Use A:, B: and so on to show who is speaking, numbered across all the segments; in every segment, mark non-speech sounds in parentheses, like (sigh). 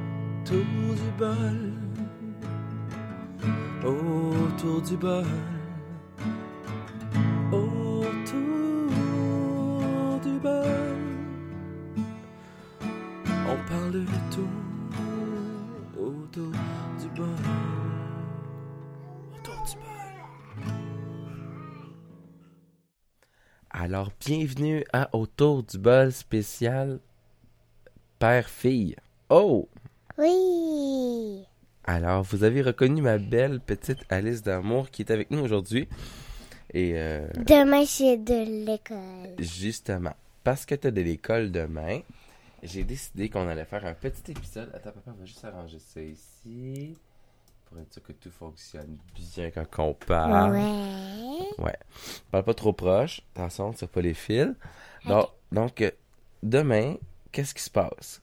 A: autour du bol, autour du bol, autour du bol. On parle de tout autour du bol, autour du bol.
B: Alors, bienvenue à Autour du bol spécial père-fille. Oh!
C: Oui.
B: Alors, vous avez reconnu ma belle petite Alice d'amour qui est avec nous aujourd'hui. Et euh,
C: Demain, c'est de l'école.
B: justement, parce que tu as de l'école demain, j'ai décidé qu'on allait faire un petit épisode. Attends, papa, on va juste arranger ça ici pour être sûr que tout fonctionne bien quand on parle.
C: Ouais.
B: Ouais. Parle pas trop proche. Attention, tire pas les fils. Donc, donc euh, demain, qu'est-ce qui se passe?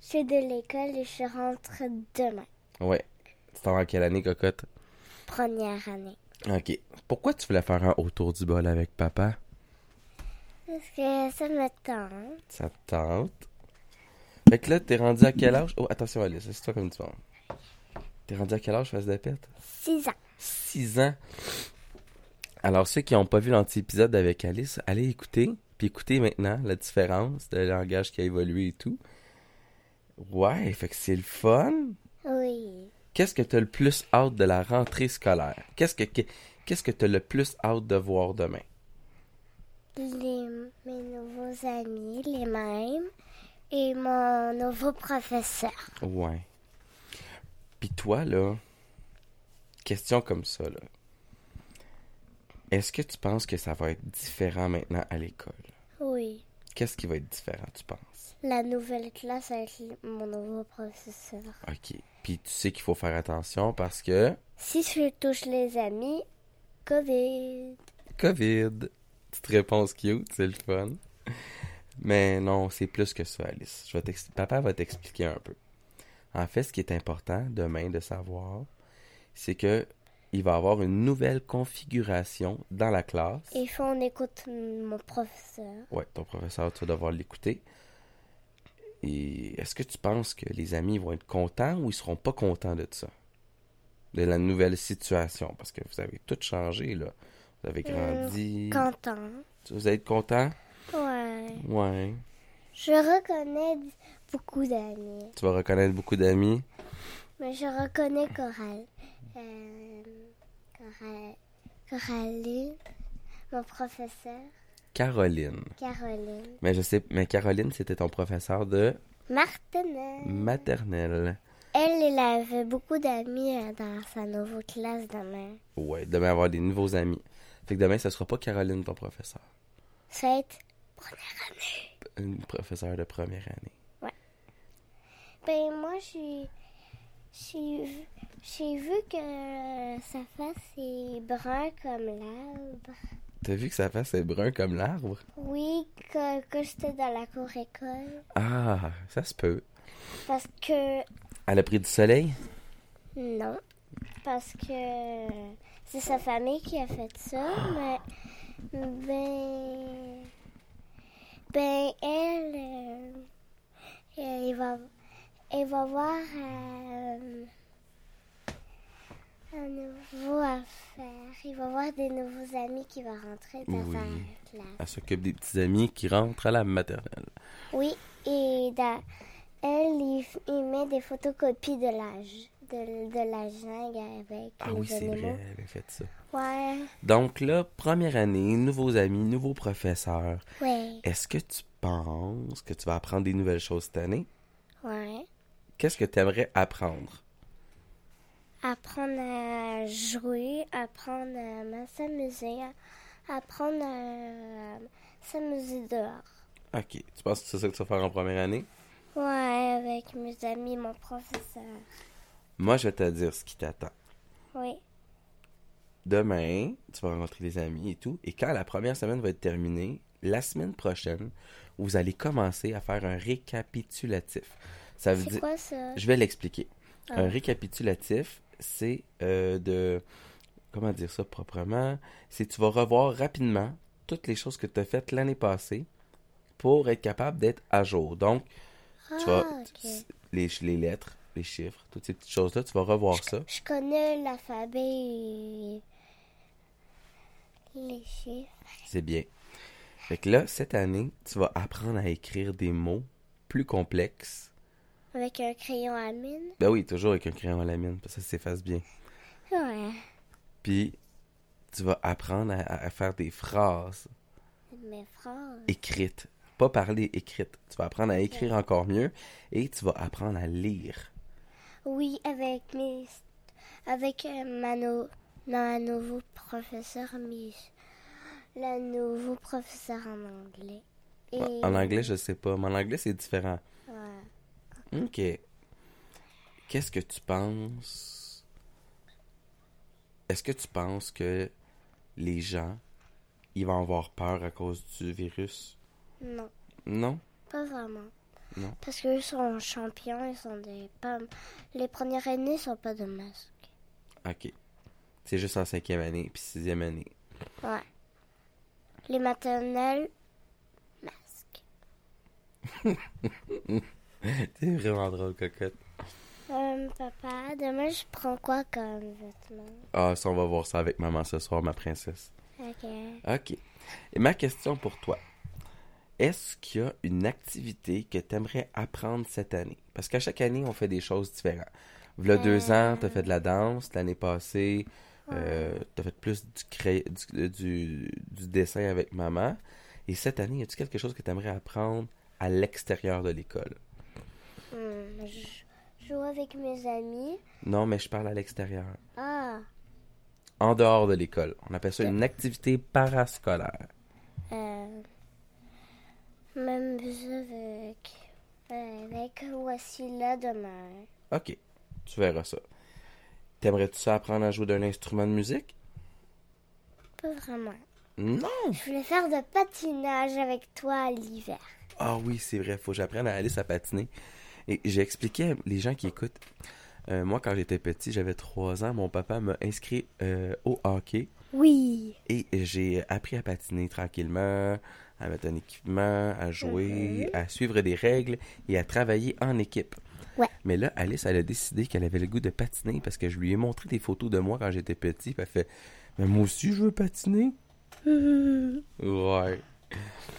C: C'est de l'école et je rentre demain.
B: Ouais. Tu t'en vas en quelle année, cocotte?
C: Première année.
B: Ok. Pourquoi tu voulais faire un autour du bol avec papa?
C: Parce que hein, ça me tente.
B: Ça te tente. Fait que là, t'es rendu à quel âge? Oh, attention, Alice, c'est toi comme tu parles. T'es rendu à quel âge, face de pète?
C: 6 ans.
B: 6 ans. Alors, ceux qui n'ont pas vu l'anti-épisode avec Alice, allez écouter. Puis écoutez maintenant la différence de langage qui a évolué et tout. Ouais, fait que c'est le fun.
C: Oui.
B: Qu'est-ce que t'as le plus hâte de la rentrée scolaire? Qu'est-ce que que- qu'est-ce que t'as le plus hâte de voir demain?
C: Les, mes nouveaux amis, les mêmes. Et mon nouveau professeur.
B: Ouais. Puis toi, là, question comme ça, là. Est-ce que tu penses que ça va être différent maintenant à l'école?
C: Oui.
B: Qu'est-ce qui va être différent, tu penses?
C: La nouvelle classe avec l- mon nouveau professeur.
B: OK. Puis tu sais qu'il faut faire attention parce que...
C: Si je touche les amis, COVID.
B: COVID. Petite réponse cute, c'est le fun. Mais non, c'est plus que ça, Alice. Je vais t'ex- Papa va t'expliquer un peu. En fait, ce qui est important demain de savoir, c'est que il va avoir une nouvelle configuration dans la classe.
C: Il faut on écoute mon professeur.
B: Ouais, ton professeur, tu vas devoir l'écouter. Et est-ce que tu penses que les amis vont être contents ou ils seront pas contents de ça? De la nouvelle situation, parce que vous avez tout changé, là. Vous avez grandi.
C: Quentin.
B: Vous êtes contents?
C: Ouais.
B: Ouais.
C: Je reconnais d- beaucoup d'amis,
B: Tu vas reconnaître beaucoup d'amis.
C: mais je reconnais Coral. Euh, Coral- Coraline, mon professeur,
B: Caroline.
C: Caroline,
B: Mais je sais, mais Caroline, c'était ton professeur de
C: Martinet.
B: maternelle.
C: Elle, elle avait beaucoup d'amis euh, dans sa nouvelle classe demain.
B: Ouais, demain avoir des nouveaux amis. Fait que demain, ce sera pas Caroline ton professeur.
C: Faites.
B: Une professeure de première année.
C: Ben moi, j'ai j'ai vu- j'ai vu que sa face est brun comme l'arbre.
B: T'as vu que sa face est brun comme l'arbre?
C: Oui, que, que j'étais dans la cour école.
B: Ah, ça se peut.
C: Parce que
B: Elle a pris du soleil?
C: Non, parce que c'est sa famille qui a fait ça, mais ben ben elle euh, elle va elle va voir euh, un nouveau affaire, il va voir des nouveaux amis qui vont rentrer dans
B: Oui.
C: sa classe.
B: Elle s'occupe des petits amis qui rentrent à la maternelle.
C: Oui, et dans- elle il, f- il met des photocopies de l'âge de, de la jungle avec
B: Ah
C: les
B: oui, c'est
C: animaux.
B: vrai, elle a fait ça.
C: Ouais,
B: Donc là, première année, nouveaux amis, nouveaux professeurs.
C: ouais,
B: Est-ce que tu penses que tu vas apprendre des nouvelles choses cette année?
C: ouais.
B: Qu'est-ce que tu aimerais apprendre?
C: Apprendre à jouer, apprendre à s'amuser, à- apprendre à s'amuser dehors.
B: Ok. Tu penses que c'est ça que tu vas faire en première année?
C: Ouais, avec mes amis, mon professeur.
B: Moi, je vais te dire ce qui t'attend.
C: Oui,
B: Demain, tu vas rencontrer des amis et tout. Et quand la première semaine va être terminée, la semaine prochaine, vous allez commencer à faire un récapitulatif. Ça veut
C: c'est
B: dire.
C: quoi ça?
B: Je vais l'expliquer.
C: Ah.
B: Un récapitulatif, c'est euh, de. Comment dire ça proprement? C'est tu vas revoir rapidement toutes les choses que tu as faites l'année passée pour être capable d'être à jour. Donc,
C: Ah,
B: Tu vas,
C: ok.
B: les, les lettres, les chiffres, toutes ces petites choses-là, tu vas revoir ça.
C: Je connais l'alphabet et les chiffres.
B: C'est bien. Fait que là, cette année, tu vas apprendre à écrire des mots plus complexes.
C: Avec un crayon à mine.
B: Ben oui, toujours avec un crayon à la mine, parce que ça s'efface bien.
C: Ouais.
B: Puis, tu vas apprendre à, à- à faire des phrases
C: Mes phrases.
B: écrites. Pas parler, écrites. Tu vas apprendre à écrire encore mieux et tu vas apprendre à lire.
C: Oui, avec mes... Avec euh, ma no- non, un nouveau professeur, mais... Le nouveau professeur en anglais. Et...
B: Bah, En anglais, je sais pas, mais en anglais, c'est différent.
C: Ouais.
B: Ok. Qu'est-ce que tu penses? Est-ce que tu penses que les gens, ils vont avoir peur à cause du virus?
C: Non,
B: Non?
C: pas vraiment.
B: Non.
C: Parce qu'eux sont champions, ils sont des pommes. Les premières années sont pas de masque.
B: Ok. C'est juste en cinquième année puis sixième année. (laughs)
C: Ouais. Les maternelles, masque.
B: C'est vraiment drôle, cocotte.
C: Euh, papa, demain je prends quoi comme vêtement
B: Ah, ça, on va voir ça avec maman ce soir, ma princesse.
C: Ok.
B: Ok. Et ma question pour toi. Est-ce qu'il y a une activité que tu aimerais apprendre cette année? Parce qu'à chaque année, on fait des choses différentes. V'là deux ans, t'as fait de la danse. L'année passée, euh, t'as fait plus du, cré- du, euh, du- du dessin avec maman. Et cette année, y a-tu quelque chose que tu aimerais apprendre à l'extérieur de l'école?
C: Hmm, je joue avec mes amis.
B: Non, mais je parle à l'extérieur.
C: Ah,
B: En dehors de l'école. On appelle ça une activité parascolaire.
C: euh, m'amuser avec, euh, avec Wassila demain.
B: OK. Tu verras ça. T'aimerais-tu ça apprendre à jouer d'un instrument de musique?
C: Pas vraiment.
B: Non!
C: Je voulais faire de patinage avec toi à l'hiver.
B: Ah oui, c'est vrai, faut que j'apprenne à Alice à patiner. Et j'ai expliqué à les gens qui écoutent. euh, moi, quand j'étais petit, j'avais 3 ans, mon papa m'a inscrit euh, au hockey
C: Oui.
B: et j'ai appris à patiner tranquillement, à mettre un équipement, à
C: Mhm.
B: jouer, à suivre des règles et à travailler en équipe.
C: Ouais.
B: Mais là, Alice, elle a décidé qu'elle avait le goût de patiner parce que je lui ai montré des photos de moi quand j'étais petit. puis Elle fait Mais moi aussi, je veux
C: (laughs)
B: patiner.
C: Hmm,
B: Ouais.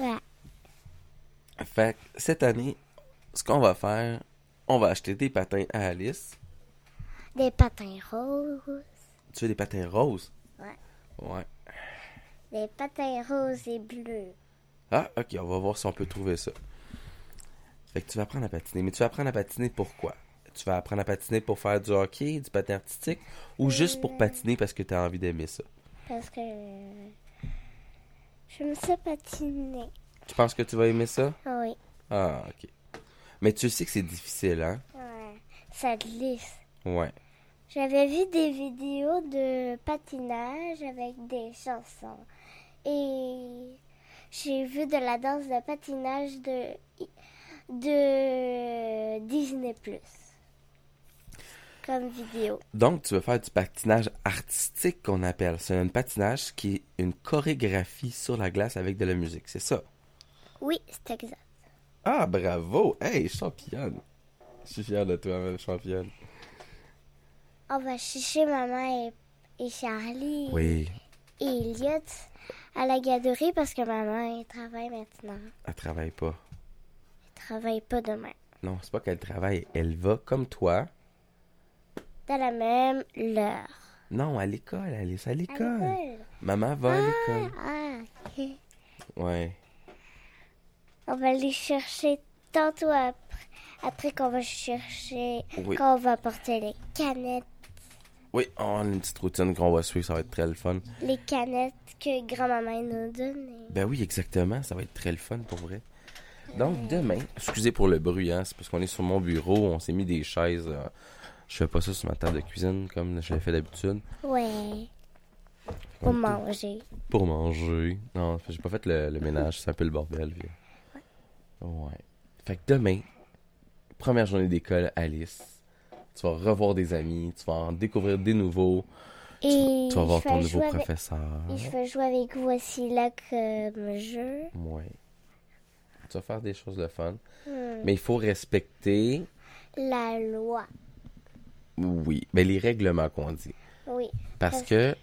C: ouais.
B: Fait que cette année, ce qu'on va faire, on va acheter des patins à Alice.
C: Des patins roses.
B: Tu veux des patins roses?
C: Ouais.
B: Ouais.
C: Des patins roses et bleus.
B: Ah, ok, on va voir si on peut trouver ça. Fait que tu vas apprendre à patiner. Mais tu vas apprendre à patiner pourquoi? Tu vas apprendre à patiner pour faire du hockey, du patin artistique, ou juste pour patiner parce que t'as envie d'aimer ça?
C: Parce que euh, je me sais patiner.
B: Tu penses que tu vas aimer ça?
C: Ah oui.
B: Ah, ok. Mais tu sais que c'est difficile, hein?
C: Ouais. Ça glisse.
B: Ouais.
C: J'avais vu des vidéos de patinage avec des chansons. Et j'ai vu de la danse de patinage de, de Disney Plus. Comme vidéo.
B: Donc, tu veux faire du patinage artistique qu'on appelle. C'est un patinage qui est une chorégraphie sur la glace avec de la musique, c'est ça?
C: Oui, c'est exact.
B: Ah, bravo! Hey, championne! Je suis fier de toi, même championne.
C: On va chercher maman et, et Charlie
B: Oui,
C: et Elliot à la garderie parce que maman elle travaille maintenant.
B: elle travaille pas.
C: Elle travaille pas demain.
B: Non, c'est pas qu'elle travaille, elle va comme toi.
C: Dans la même l'heure.
B: Non, à l'école, Alice, à
C: À
B: l'école.
C: l'école.
B: Maman va à l'école.
C: Ah, ok.
B: Ouais.
C: On va les chercher tantôt après, après qu'on va chercher,
B: Oui.
C: quand on va porter les canettes,
B: Oui, on a une petite routine qu'on va suivre, ça va être très le fun.
C: les canettes que grand-maman nous donne.
B: Ben oui, exactement. Ça va être très le fun pour vrai. Donc demain, excusez pour le bruit, hein, c'est parce qu'on est sur mon bureau, on s'est mis des chaises. euh, je fais pas ça sur ma table de cuisine comme je l'ai fait d'habitude.
C: Ouais. Pour manger.
B: Pour manger. Non, j'ai pas fait le, le ménage, c'est un peu le bordel. puis- Ouais. Fait que demain, première journée d'école, Alice. Tu vas revoir des amis, tu vas en découvrir des nouveaux.
C: Et
B: Tu vas voir
C: je
B: ton
C: vais
B: nouveau
C: jouer avec-
B: professeur.
C: et je vais jouer avec vous aussi là comme jeu.
B: Ouais. Tu vas faire des choses de fun.
C: Hmm.
B: Mais il faut respecter,
C: La loi.
B: oui, ben, les règlements qu'on dit.
C: Oui.
B: Parce que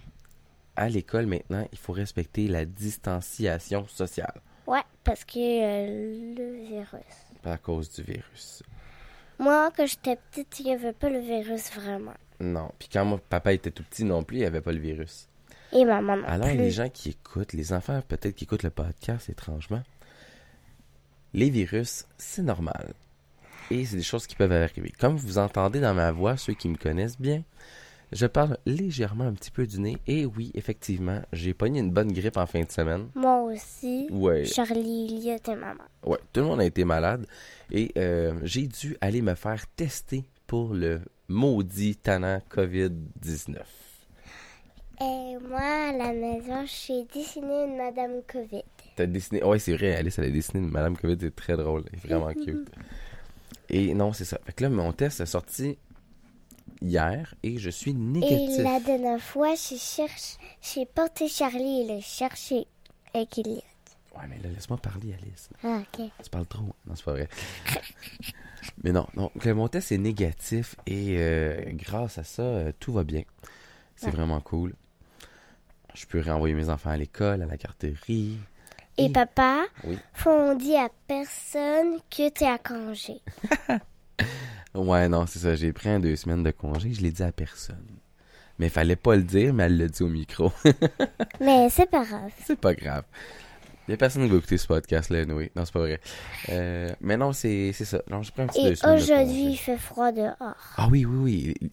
B: à l'école maintenant, il faut respecter la distanciation sociale
C: Ouais, parce que euh, le virus.
B: à cause du virus.
C: Moi, quand j'étais petite, il n'y avait pas le virus vraiment.
B: Non. Puis quand mon papa était tout petit non plus, il n'y avait pas le virus.
C: Et maman non
B: Alors,
C: plus.
B: Ah les gens qui écoutent, les enfants peut-être qui écoutent le podcast, étrangement, les virus, c'est normal. Et c'est des choses qui peuvent arriver. Comme vous entendez dans ma voix, ceux qui me connaissent bien, je parle légèrement un petit peu du nez. Et oui, effectivement, j'ai pogné une bonne grippe en fin de semaine.
C: Moi aussi.
B: Ouais.
C: Charlie, Elliot et maman.
B: Ouais, tout le monde a été malade et euh, j'ai dû aller me faire tester pour le maudit tannant COVID-19.
C: Et moi, à la maison, j'ai dessiné une Madame Covid.
B: T'as dessiné. Ouais, c'est vrai, Alice, elle a dessiné une Madame COVID, c'est très drôle, elle est
C: (laughs)
B: vraiment cute. Et non, c'est ça. Fait que là, mon test est sorti hier et je suis négatif.
C: Et la dernière fois, j'ai cherché, j'ai porté Charlie et le cherché avec Elliot.
B: Ouais, mais là, laisse-moi parler, Alice.
C: Ah, ok.
B: Tu parles trop. Non, c'est pas vrai. (laughs) Mais non, non. que mon test est négatif et euh, grâce à ça, euh, tout va bien. C'est
C: Ouais.
B: vraiment cool. Je peux renvoyer mes enfants à l'école, à la carterie.
C: Et
B: Oui.
C: papa,
B: Oui.
C: faut on dit à personne que t'es à congé.
B: Ouais, non, c'est ça. J'ai pris un deux semaines de congé. Je l'ai dit à personne. Mais fallait pas le dire, mais elle l'a dit au micro.
C: Mais c'est pas grave.
B: c'est pas grave. Il y a personne qui va écouter ce podcast-là, Noé. Non, c'est pas vrai. Euh, mais non, c'est c'est ça. Non, j'ai pris un petit
C: Et
B: deux semaines de
C: aujourd'hui, il
B: congé.
C: fait froid dehors.
B: Ah oui, oui, oui.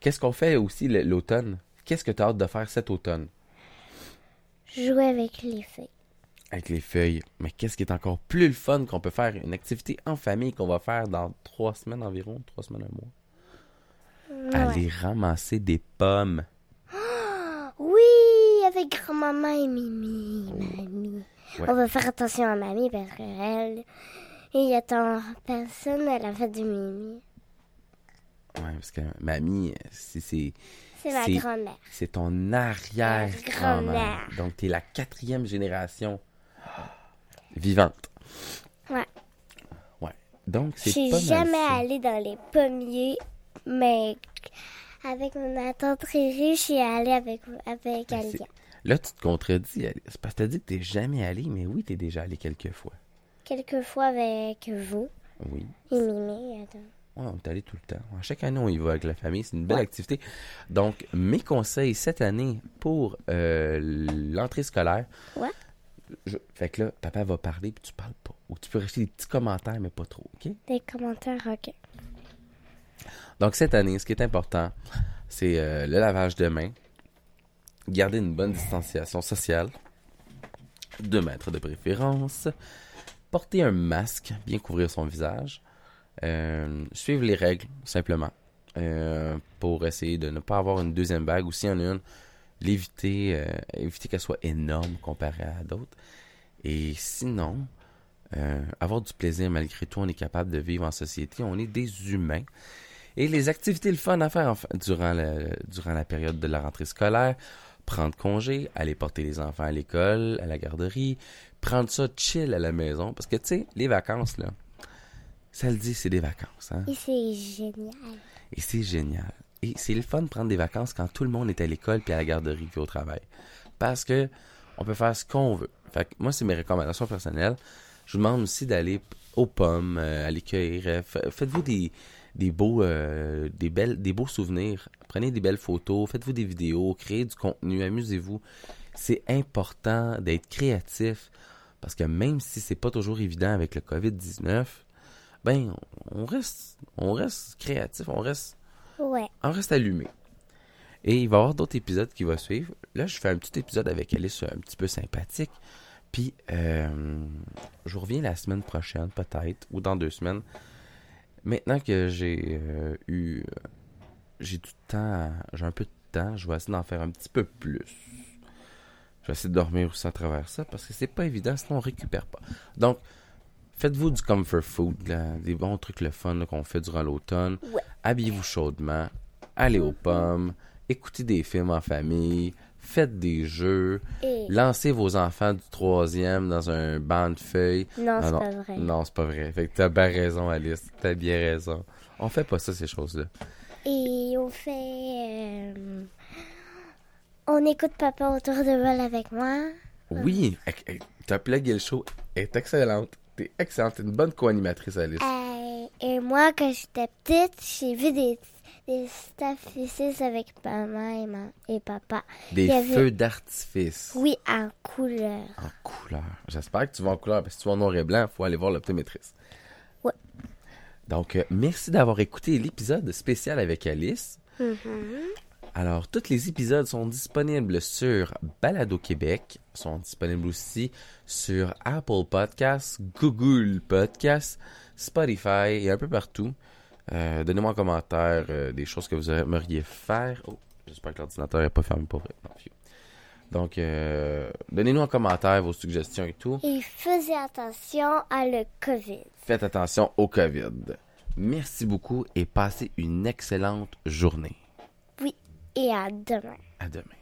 B: Qu'est-ce qu'on fait aussi le- l'automne? Qu'est-ce que tu as hâte de faire cet automne?
C: Jouer avec les feuilles.
B: Avec les feuilles. Mais qu'est-ce qui est encore plus le fun qu'on peut faire? Une activité en famille qu'on va faire dans trois semaines environ, trois semaines, un mois. Aller ramasser des pommes.
C: Oui, avec grand-maman et Mimi, mamie.
B: Ouais.
C: On va faire attention à mamie parce qu'elle, il y a tant personne à la fête de Mimi.
B: Ouais, parce que mamie, c'est- c'est
C: C'est ma
B: C'est-
C: grand-mère.
B: c'est ton arrière-grand-mère.
C: Grand-mère.
B: Donc, t'es la quatrième génération vivante.
C: Ouais.
B: Ouais. Donc,
C: Je
B: c'est pas
C: suis
B: mal
C: jamais
B: ça.
C: allée dans les pommiers, mais avec ma tante Riri, je suis allée avec, avec
B: Mais Ben, c'est-
C: Alia.
B: Là, tu te contredis, Alice, parce que t'as dit que t'es jamais allé, mais oui, t'es déjà allé quelques fois.
C: Quelquefois avec vous
B: Oui.
C: et Mimi. euh, attends.
B: Ouais, on est allé tout le temps. À Chaque année, on y va avec la famille. C'est une belle activité. Donc, mes conseils cette année pour euh, l'entrée scolaire.
C: Ouais.
B: Je- Fait que là, papa va parler, puis tu parles pas. Ou tu peux rajouter des petits commentaires, mais pas trop, OK?
C: Des commentaires, ok.
B: Donc, cette année, ce qui est important, c'est euh, le lavage de mains, garder une bonne distanciation sociale, 2 mètres de préférence, porter un masque, bien couvrir son visage, euh, suivre les règles, simplement, euh, pour essayer de ne pas avoir une deuxième vague, ou s'il y en a une, l'éviter, euh, éviter qu'elle soit énorme comparée à d'autres. Et sinon, euh, avoir du plaisir malgré tout, on est capable de vivre en société, on est des humains. Et les activités le fun à faire en fa- durant, le- durant la période de la rentrée scolaire, prendre congé, aller porter les enfants à l'école, à la garderie, prendre ça chill à la maison, parce que tu sais, les vacances, là, ça le dit, c'est des vacances, hein?
C: Et c'est génial.
B: Et c'est génial. Et c'est le fun de prendre des vacances quand tout le monde est à l'école, puis à la garderie, puis au travail. Parce que on peut faire ce qu'on veut. Fait que moi, c'est mes recommandations personnelles. Je vous demande aussi d'aller p- aux pommes, euh, aller cueillir. euh, fa- Faites-vous des, des beaux euh, des belles des beaux souvenirs. Prenez des belles photos, faites-vous des vidéos, créez du contenu, amusez-vous. C'est important d'être créatif parce que même si c'est pas toujours évident avec le Covid-19, ben on reste on reste créatif, on reste
C: Ouais.
B: on reste allumé. Et il va y avoir d'autres épisodes qui vont suivre. Là, je fais un petit épisode avec Alice un petit peu sympathique. Puis, euh, je vous reviens la semaine prochaine, peut-être, ou dans deux semaines. Maintenant que j'ai euh, eu. euh, J'ai du temps. à- J'ai un peu de temps. Je vais essayer d'en faire un petit peu plus. Je vais essayer de dormir aussi à travers ça parce que c'est pas évident, sinon on récupère pas. Donc, faites-vous du comfort food, là, des bons trucs le fun là, qu'on fait durant l'automne.
C: Ouais.
B: Habillez-vous chaudement, allez aux pommes, écoutez des films en famille, faites des jeux,
C: Et...
B: lancez vos enfants du troisième dans un banc de feuilles.
C: Non,
B: Ah
C: c'est
B: non,
C: pas vrai.
B: Non, c'est pas vrai. Fait que t'as bien raison, Alice. T'as bien raison. On fait pas ça, ces choses-là.
C: Et on fait. euh, on écoute papa autour de vol avec moi.
B: Oui, eh, eh, ta plug et le show est excellente. T'es excellente. T'es une bonne co-animatrice, Alice.
C: Euh, et moi, quand j'étais petite, j'ai vu des, des staphysis avec maman et, ma- et papa.
B: Des
C: il y avait-
B: feux d'artifice.
C: Oui, en couleur.
B: En couleur. J'espère que tu vas en couleur, parce que si tu vas en noir et blanc, faut aller voir l'optométrice.
C: Ouais.
B: Donc, euh, merci d'avoir écouté l'épisode spécial avec Alice. Alors, tous les épisodes sont disponibles sur Balado Québec, sont disponibles aussi sur Apple Podcasts, Google Podcasts, Spotify et un peu partout. Euh, Donnez-moi en commentaire euh, des choses que vous aimeriez faire. Oh, j'espère que l'ordinateur n'est pas fermé pour vrai. Non, phew. Donc, euh, donnez-nous en commentaire vos suggestions et tout.
C: Et faisait attention à le COVID.
B: Faites attention au COVID. Merci beaucoup et passez une excellente journée.
C: Oui, et à demain.
B: À demain.